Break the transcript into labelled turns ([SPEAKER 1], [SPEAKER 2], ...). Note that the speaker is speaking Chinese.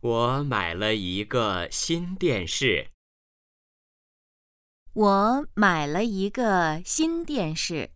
[SPEAKER 1] 我买了一个新电视。
[SPEAKER 2] 我买了一个新电视。